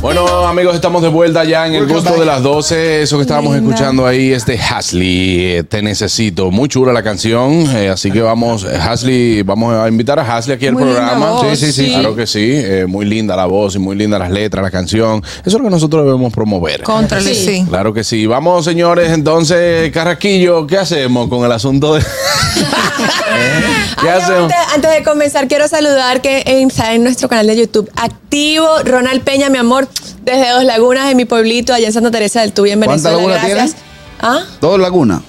Bueno, amigos, estamos de vuelta ya en el Welcome gusto back. de las 12. Eso que estábamos Linda. escuchando ahí es de Hasley. eh, Te necesito. Muy chula la canción. eh, así que vamos, eh, Hasley, vamos a invitar a Hasley aquí al Muy linda programa. voz, Sí, sí, sí. sí. Claro que sí. eh, muy linda la voz y muy linda las letras, la canción. Eso es lo que nosotros debemos promover. Contra sí. Sí. Claro que sí. Vamos, señores. Entonces, Carraquillo, ¿qué hacemos con el asunto de. ¿Qué Ay, hacemos? antes, antes de comenzar, quiero saludar que en- está en nuestro canal de YouTube activo Ronald Peña, mi amor, desde Dos Lagunas, en mi pueblito, allá en Santa Teresa del Tuy, en ¿Cuántas Venezuela. lagunas Gracias. tiene? ¿Ah? Dos lagunas.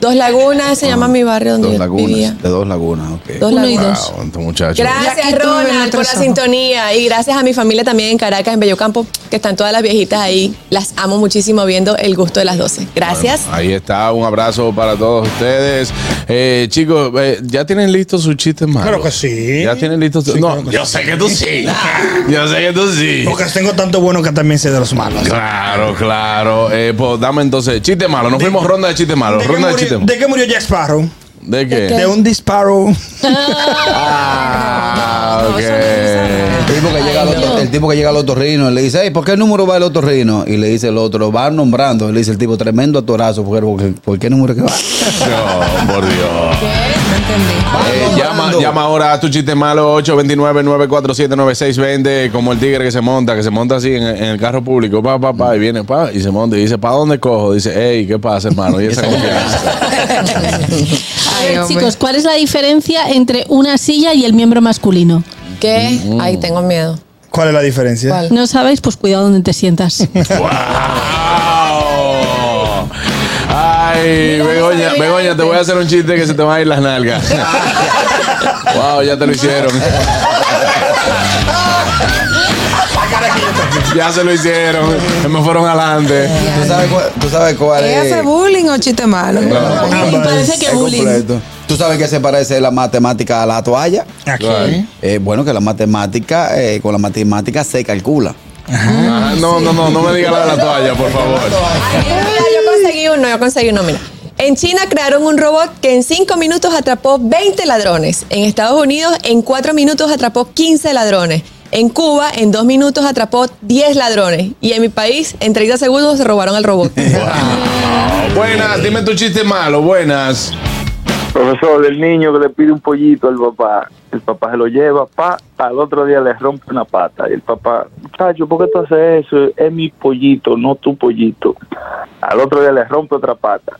Dos Lagunas, se llama mi barrio donde Dos yo lagunas. vivía. De dos lagunas, ok. Dos Uno y Lagunas. dos. Wow, entonces, Ah, muchachos. Y aquí Gracias, tú me ven Ronald, por la atrasado. sintonía. Y gracias a mi familia también en Caracas, en Bellocampo, que están todas las viejitas ahí. Las amo muchísimo viendo El Gusto de las 12. Gracias. Bueno, ahí está, un abrazo para todos ustedes. Eh, chicos, eh, ¿ya tienen listos sus chistes malos? Claro que sí. ¿Ya tienen listos? Sí, no, claro que yo sí. sé que tú sí. yo sé que tú sí. Porque tengo tanto bueno que también sé de los malos. Claro, claro. Eh, pues dame entonces chiste malo. Nos De- fuimos ronda de chistes malos. ¿De qué, Ronda de murió, chistes de qué murió Jack Sparrow? ¿De qué? De un disparo. Ah, ok. El tipo, que llega al otro- el tipo que llega al otorrino y le dice, "Ey, ¿por qué número va el otorrino? Y le dice el otro, va nombrando. Y le dice el tipo, tremendo atorazo, porque, porque- ¿por qué número que va? No, por Dios. No entendí. Eh, llama, Mando. llama ahora a tu chiste malo 829-947-9620 como el tigre que se monta, que se monta así en, en el carro público, pa, pa, pa, y viene, pa, y se monta y dice, ¿pa dónde cojo? Dice, hey, ¿qué pasa, hermano? Y esa confianza. Ay, A ver, hombre. chicos, ¿cuál es la diferencia entre una silla y el miembro masculino? ¿Qué? Mm. Ay, tengo miedo. ¿Cuál es la diferencia? ¿Cuál? No sabéis, pues cuidado donde te sientas. ¡Wow! Ay, Begoña, Begoña, te voy a hacer un chiste que se te van a ir las nalgas. wow, ya te lo hicieron. ya se lo hicieron. Me fueron adelante. ¿Tú sabes cuál, tú sabes cuál ¿Ella Eh, hace es? bullying o chiste malo? No. Y parece que Es bullying. completo. ¿Tú sabes qué se parece la matemática a la toalla? Aquí. Claro. Eh, bueno, que la matemática, eh, con la matemática se calcula. Ah, no, no, no, no me diga la de la toalla, por favor. Ay, mira, yo conseguí uno, yo conseguí uno, mira. En China crearon un robot que en 5 minutos atrapó 20 ladrones. En Estados Unidos, en 4 minutos atrapó 15 ladrones. En Cuba, en 2 minutos atrapó 10 ladrones. Y en mi país, en 30 segundos se robaron el robot. Buenas, dime tu chiste malo, buenas. Profesor, el niño que le pide un pollito al papá, el papá se lo lleva, pa, al otro día le rompe una pata. Y el papá, muchacho, ¿por qué tú haces eso? Es mi pollito, no tu pollito. Al otro día le rompe otra pata.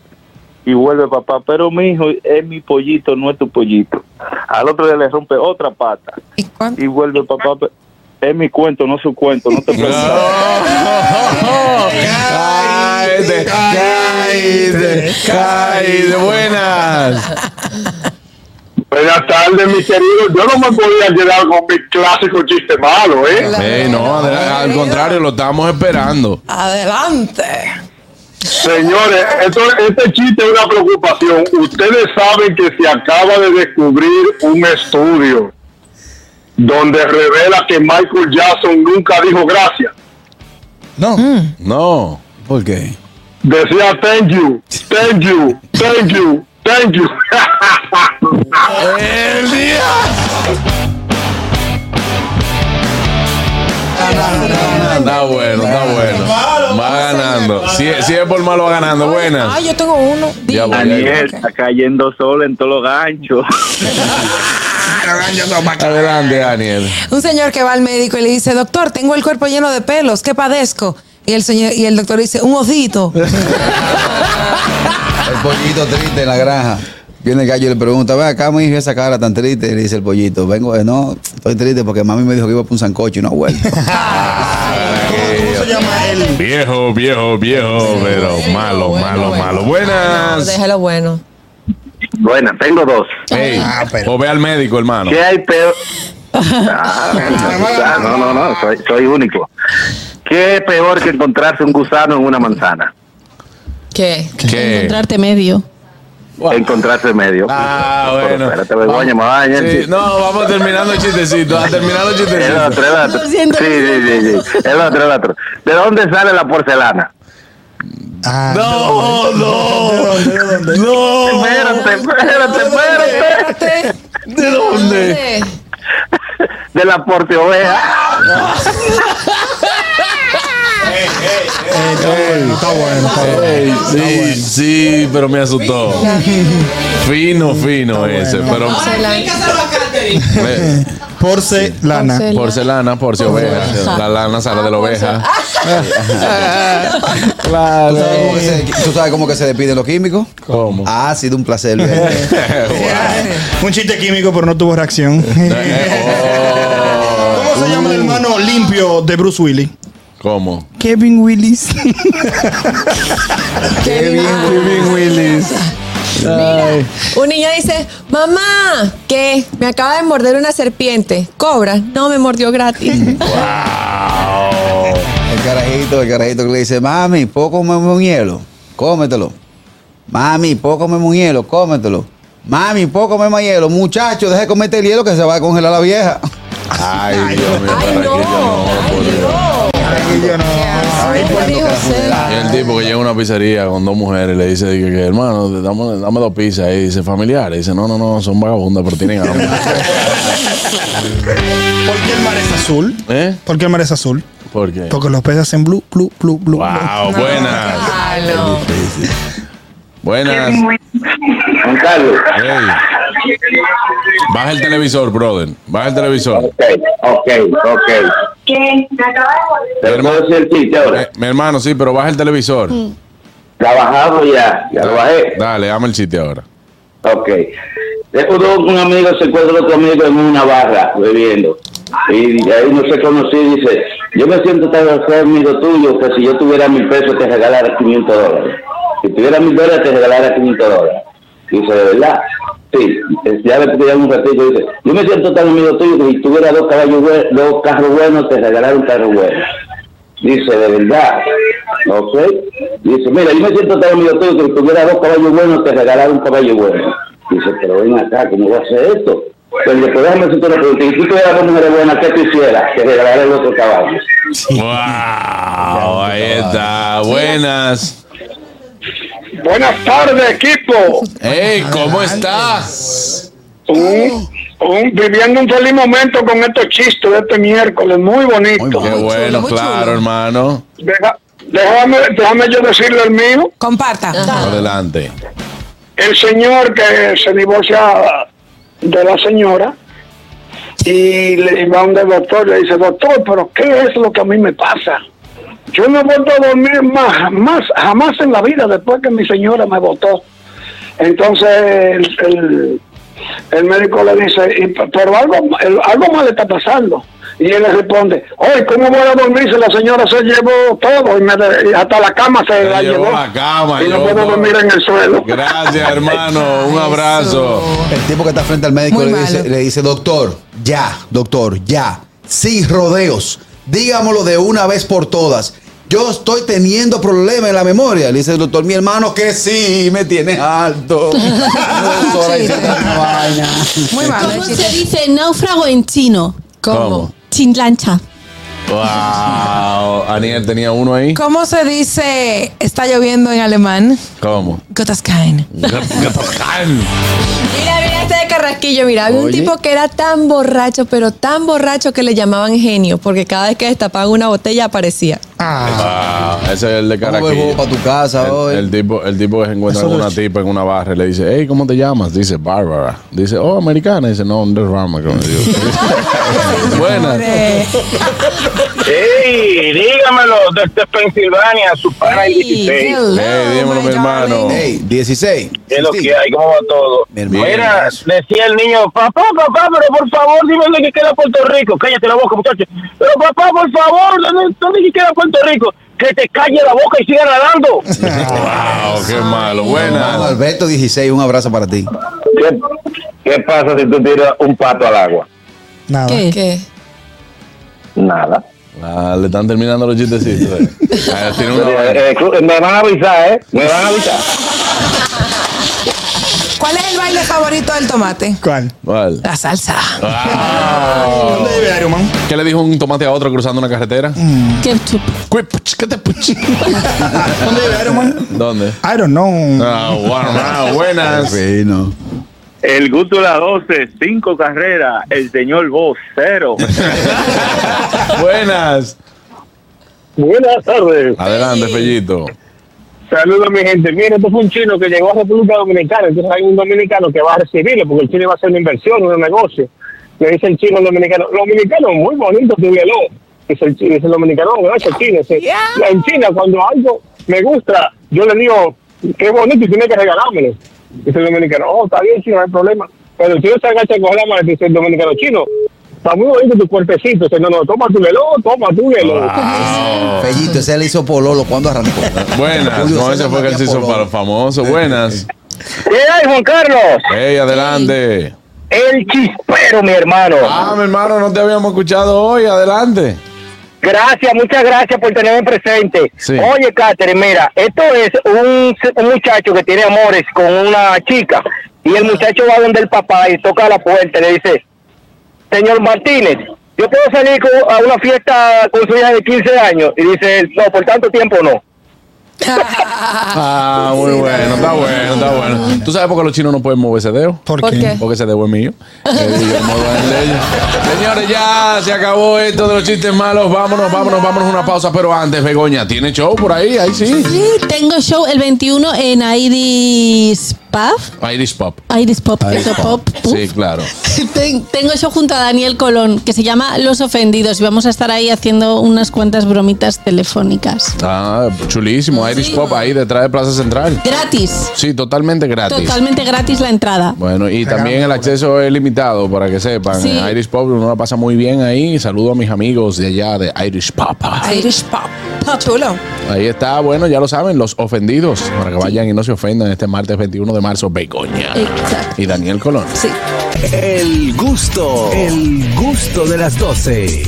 Y vuelve el papá, pero mi hijo, es mi pollito, no es tu pollito. Al otro día le rompe otra pata. ¿Y cuán- Y vuelve el papá, "Pe- es mi cuento, no su cuento, no te preocupes. Caíste, caíste, caíste, buenas. Buenas tardes, mi querido. Yo no me podía llegar con mi clásico chiste malo, ¿eh? Ey, no, adela- al contrario, lo estábamos esperando. Adelante. Señores, esto, este chiste es una preocupación. Ustedes saben que se acaba de descubrir un estudio donde revela que Michael Jackson nunca dijo gracias. No, no. ¿Por qué? Decía thank you, thank you, thank you, thank you. El día. Está bueno, está bueno. Va ganando. Si, si es por malo, va ganando. Buenas. Ay, yo tengo uno. Ya voy, ya voy. Daniel, está cayendo solo en todos los ganchos. Adelante, Daniel. Un señor que va al médico y le dice, doctor, tengo el cuerpo lleno de pelos, ¿qué padezco? Y el, señor, y el doctor dice, un osito. El pollito triste en la granja. Viene el gallo y le pregunta, ve acá, mi hijo, esa cara tan triste. Y le dice el pollito, vengo, eh, no, estoy triste porque mami me dijo que iba por un sancocho y no ha vuelto. ¿Cómo se llama él? Viejo, viejo, viejo, pero malo, malo, malo. Buenas. Ah, Déjalo bueno. bueno, tengo dos. Ey, Ah, pero- o ve al médico, hermano. ¿Qué hay peor? Ah, no, no, no, soy, soy único. ¿Qué peor que encontrarse un gusano en una manzana? ¿Qué? ¿Qué? Encontrarte medio. Encontrarse medio. Ah, Pero bueno. Espérate, Begoña, me va a ¿eh? dañar. Sí, no, vamos terminando el chistecito. A terminar los El otro, chistecitos. el otro. Lo Sí, siento, sí, sí, sí. El otro, el otro. ¿De dónde sale la porcelana? Ah, No, no. ¿De dónde? No. Espérate, espérate, espérate. ¿De dónde? del aporte oveja. Está bueno, está bueno. Ey, sí, sí, pero me asustó. Fino, fino ese. Pero me- Porce lana. porcelana, por si oveja. La lana sale de la oveja. ¿Tú sabes cómo que se- ¿Tú sabes cómo que se despiden los químicos? ¿Cómo? Ha sido un placer. Luis. Un chiste químico, pero no tuvo reacción. Eh, Oh, ¿Cómo se llama el hermano limpio de Bruce Willis? ¿Cómo? Kevin Willis. Un niño dice, mamá, ¿qué? Me acaba de morder una serpiente. Cobra. No, me mordió gratis. El carajito, el carajito que le dice, mami, puedo comerme un hielo, cómetelo. Mami, puedo comerme un hielo, cómetelo. Mami, puedo comerme más hielo. Muchacho, deje de comerte el hielo que se va a congelar la vieja. Ay, Dios mío, para Ay, que no. yo no, por Dios. Ay, pues, por Dios, eh. Y el tipo que llega a una pizzería con dos mujeres le dice, dije, que, hermano, dame, dame dos pizzas. Y dice, familiares. Dice, no, no, no, son vagabundas, pero tienen hambre. ¿Por qué el mar es azul? ¿Eh? ¿Por qué el mar es azul? ¿Por qué? Porque los peces hacen blue, blue, blue, blue. Wow, buenas. Buenas. Juan Carlos. Ey. Baja el televisor, brother. Baja el televisor. Ok, ok, ok. ¿Qué? Me acaba Te lo puedo decir el chiste Eh, ahora. mi hermano, sí, pero baja el televisor. Trabajado ya, ya lo bajé. Dale, dame el chiste ahora. Ok. Después de un amigo se encuentra otro amigo en una barra bebiendo. Y ahí no se conocí y dice, yo me siento tan amigo tuyo que si yo tuviera mil pesos te regalara 500 dólares. Si tuviera mil dólares te regalara 500 dólares. Y dice, ¿de verdad? Sí. Eh, Ya le pidieron un ratito y dice, yo me siento tan amigo tuyo que si tuviera dos, caballos bue- dos carros buenos te regalara un carro bueno. Dice, de verdad. ¿Ok? Dice, mira, yo me siento tan amigo tuyo que si tuviera dos caballos buenos, te regalara un caballo bueno. Dice, pero ven acá, ¿cómo voy a hacer esto? Pues, Pero después déjame hacerte una pregunta. Y si tú tuvieras dos mujeres buenas, ¿qué tú hicieras? Que regalara el otro caballo. Wow, ahí está. Buenas. Buenas tardes, equipo. Ey, ¿cómo estás? Un, un- viviendo un feliz momento con estos chistes de este miércoles. Muy bonito. Qué bueno, muy claro, chulo. hermano. Deja- déjame, déjame yo decirle el mío. Comparta. Adelante. el señor que se divorcia de la señora y le y va donde el doctor le dice doctor pero qué es lo que a mí me pasa yo no he vuelto a dormir más más jamás en la vida después que mi señora me votó entonces el, el- el médico le dice "Y p- pero algo el- algo mal está pasando y él le responde oye cómo voy a dormir si la señora se llevó todo y, me de- y hasta la cama se Se la llevó llevó la cama, y no yo, puedo no. dormir en el suelo Gracias, hermano. Un abrazo. El tipo que está frente al médico Muy le dice, malo. le dice, doctor, ya, doctor, ya, sin rodeos, dígamelo de una vez por todas. Yo estoy teniendo problemas en la memoria. Le dice el doctor, mi hermano, que sí, me tiene alto. Doctora, dice, "Esta vaina". Muy ¿eh, malo. ¿Cómo chicos. se dice náufrago en chino? ¿Cómo? Chinlancha. Wow. Aniel tenía uno ahí. ¿Cómo se dice está lloviendo en alemán? ¿Cómo? Gotas caen. Mira, mira este de Carrasquillo, mira, había un Oye. tipo que era tan borracho, pero tan borracho que le llamaban genio, porque cada vez que destapaban una botella aparecía. Ah, ese es el de Vamos a ver Caraquillo. juego para tu casa hoy. El, el tipo, el tipo que se encuentra Eso con lo una he hecho. tipa en una barra y le dice, hey, ¿cómo te llamas? Dice, Bárbara. Dice, oh, americana. Dice, no, no es Rama. como digo. Buenas. ¡Ey! Dígamelo desde Pensilvania, su pana el 16. Hey, dímelo, mi hermano. Ey, 16. ¿Qué es lo Sí. que hay? ¿Cómo va todo? Mi hermano. Mira, decía el niño, papá, papá, pero por favor, dime dónde que queda Puerto Rico. Cállate la boca, muchacho. Pero papá, por favor, ¿dónde, dónde que queda Puerto Rico? Que te calle la boca y siga nadando. Wow, qué malo. Hermano Buenas. Alberto 16, un abrazo para ti. ¿Qué, qué pasa si tú tiras un pato al agua? Nada. ¿Qué? ¿Qué? Nada. Ah, le están terminando los chistecitos. eh. Ah, tiene una vaina. Eh, eh, me van a avisar, ¿eh? Me van a avisar. ¿Cuál es el baile favorito del tomate? ¿Cuál? Vale. La salsa. Ah. ¿Dónde vive Iron Man? ¿Qué le dijo un tomate a otro cruzando una carretera? Ketchup. Cuip, ch, que te puch. ¿Dónde vive Iron Man? Uh, ¿Dónde? I don't know. Ah, wow, wow, buenas. Fino. El gusto de las 12, cinco carreras, el señor Vos, cero. Buenas. Buenas tardes. Adelante, Fellito. Saludos, mi gente. Mira, esto fue un chino que llegó a República Dominicana. Entonces hay un dominicano que va a recibirlo porque el chino va a hacer una inversión, un negocio. Le dice el chino al dominicano: Los dominicanos, muy bonito tu reloj. Dice el, chino, dice el dominicano: no, gracias, chino. Dice, En China, cuando algo me gusta, yo le digo: Qué bonito y tiene que regalármelo. Dice el dominicano: Oh, está bien, chino, no hay problema. Pero el chino se agacha con la mano y dice el dominicano: Chino. Está muy bonito tu cuerpecito. Dice, no, no, toma tu reloj, toma tu reloj. Oh. Fellito, ese le hizo pololo cuando arrancó. Buenas. Julio No, César ese fue que él se hizo María para Pololo. los famosos. Buenas. ¿Qué hay, Juan Carlos? Hey, adelante. El chispero, mi hermano. Ah, mi hermano, no te habíamos escuchado hoy. Adelante. Gracias, muchas gracias por tenerme presente. Sí. Oye, Catherine, mira, esto es un, un muchacho que tiene amores con una chica y el muchacho va donde el papá y toca la puerta y le dice, señor Martínez, yo puedo salir con- a una fiesta con su hija de 15 años y dice, él, no, por tanto tiempo no. Ah, muy bueno, está bueno, está bueno. ¿Tú sabes por qué los chinos no pueden mover ese dedo? ¿Por ¿Por qué? qué? Porque ese dedo es mío. Eh, digo, no lo hagan de ellos. Señores, ya se acabó esto de los chistes malos. Vámonos, vámonos, vámonos a una pausa. Pero antes, Begoña, ¿tiene show por ahí? Ahí sí. Sí, tengo show el 21 en Iris Pub. Iris Pop. Iris Pop, eso, pop, puf. Sí, claro. Ten- Tengo show junto a Daniel Colón, que se llama Los Ofendidos, y vamos a estar ahí haciendo unas cuantas bromitas telefónicas. Ah, chulísimo. Iris Pop ahí detrás de Plaza Central. Gratis, Sí, totalmente gratis. totalmente gratis la entrada. Bueno, y también el acceso es limitado, para que sepan. Sí. En Irish Pop uno la pasa muy bien ahí. Saludo a mis amigos de allá de Irish Pop. Irish Pop. Chulo. Ahí está, bueno, ya lo saben, los ofendidos, para que vayan y no se ofendan este martes 21 de marzo, Begoña Exacto. y Daniel Colón. Sí. El gusto, el gusto de las 12.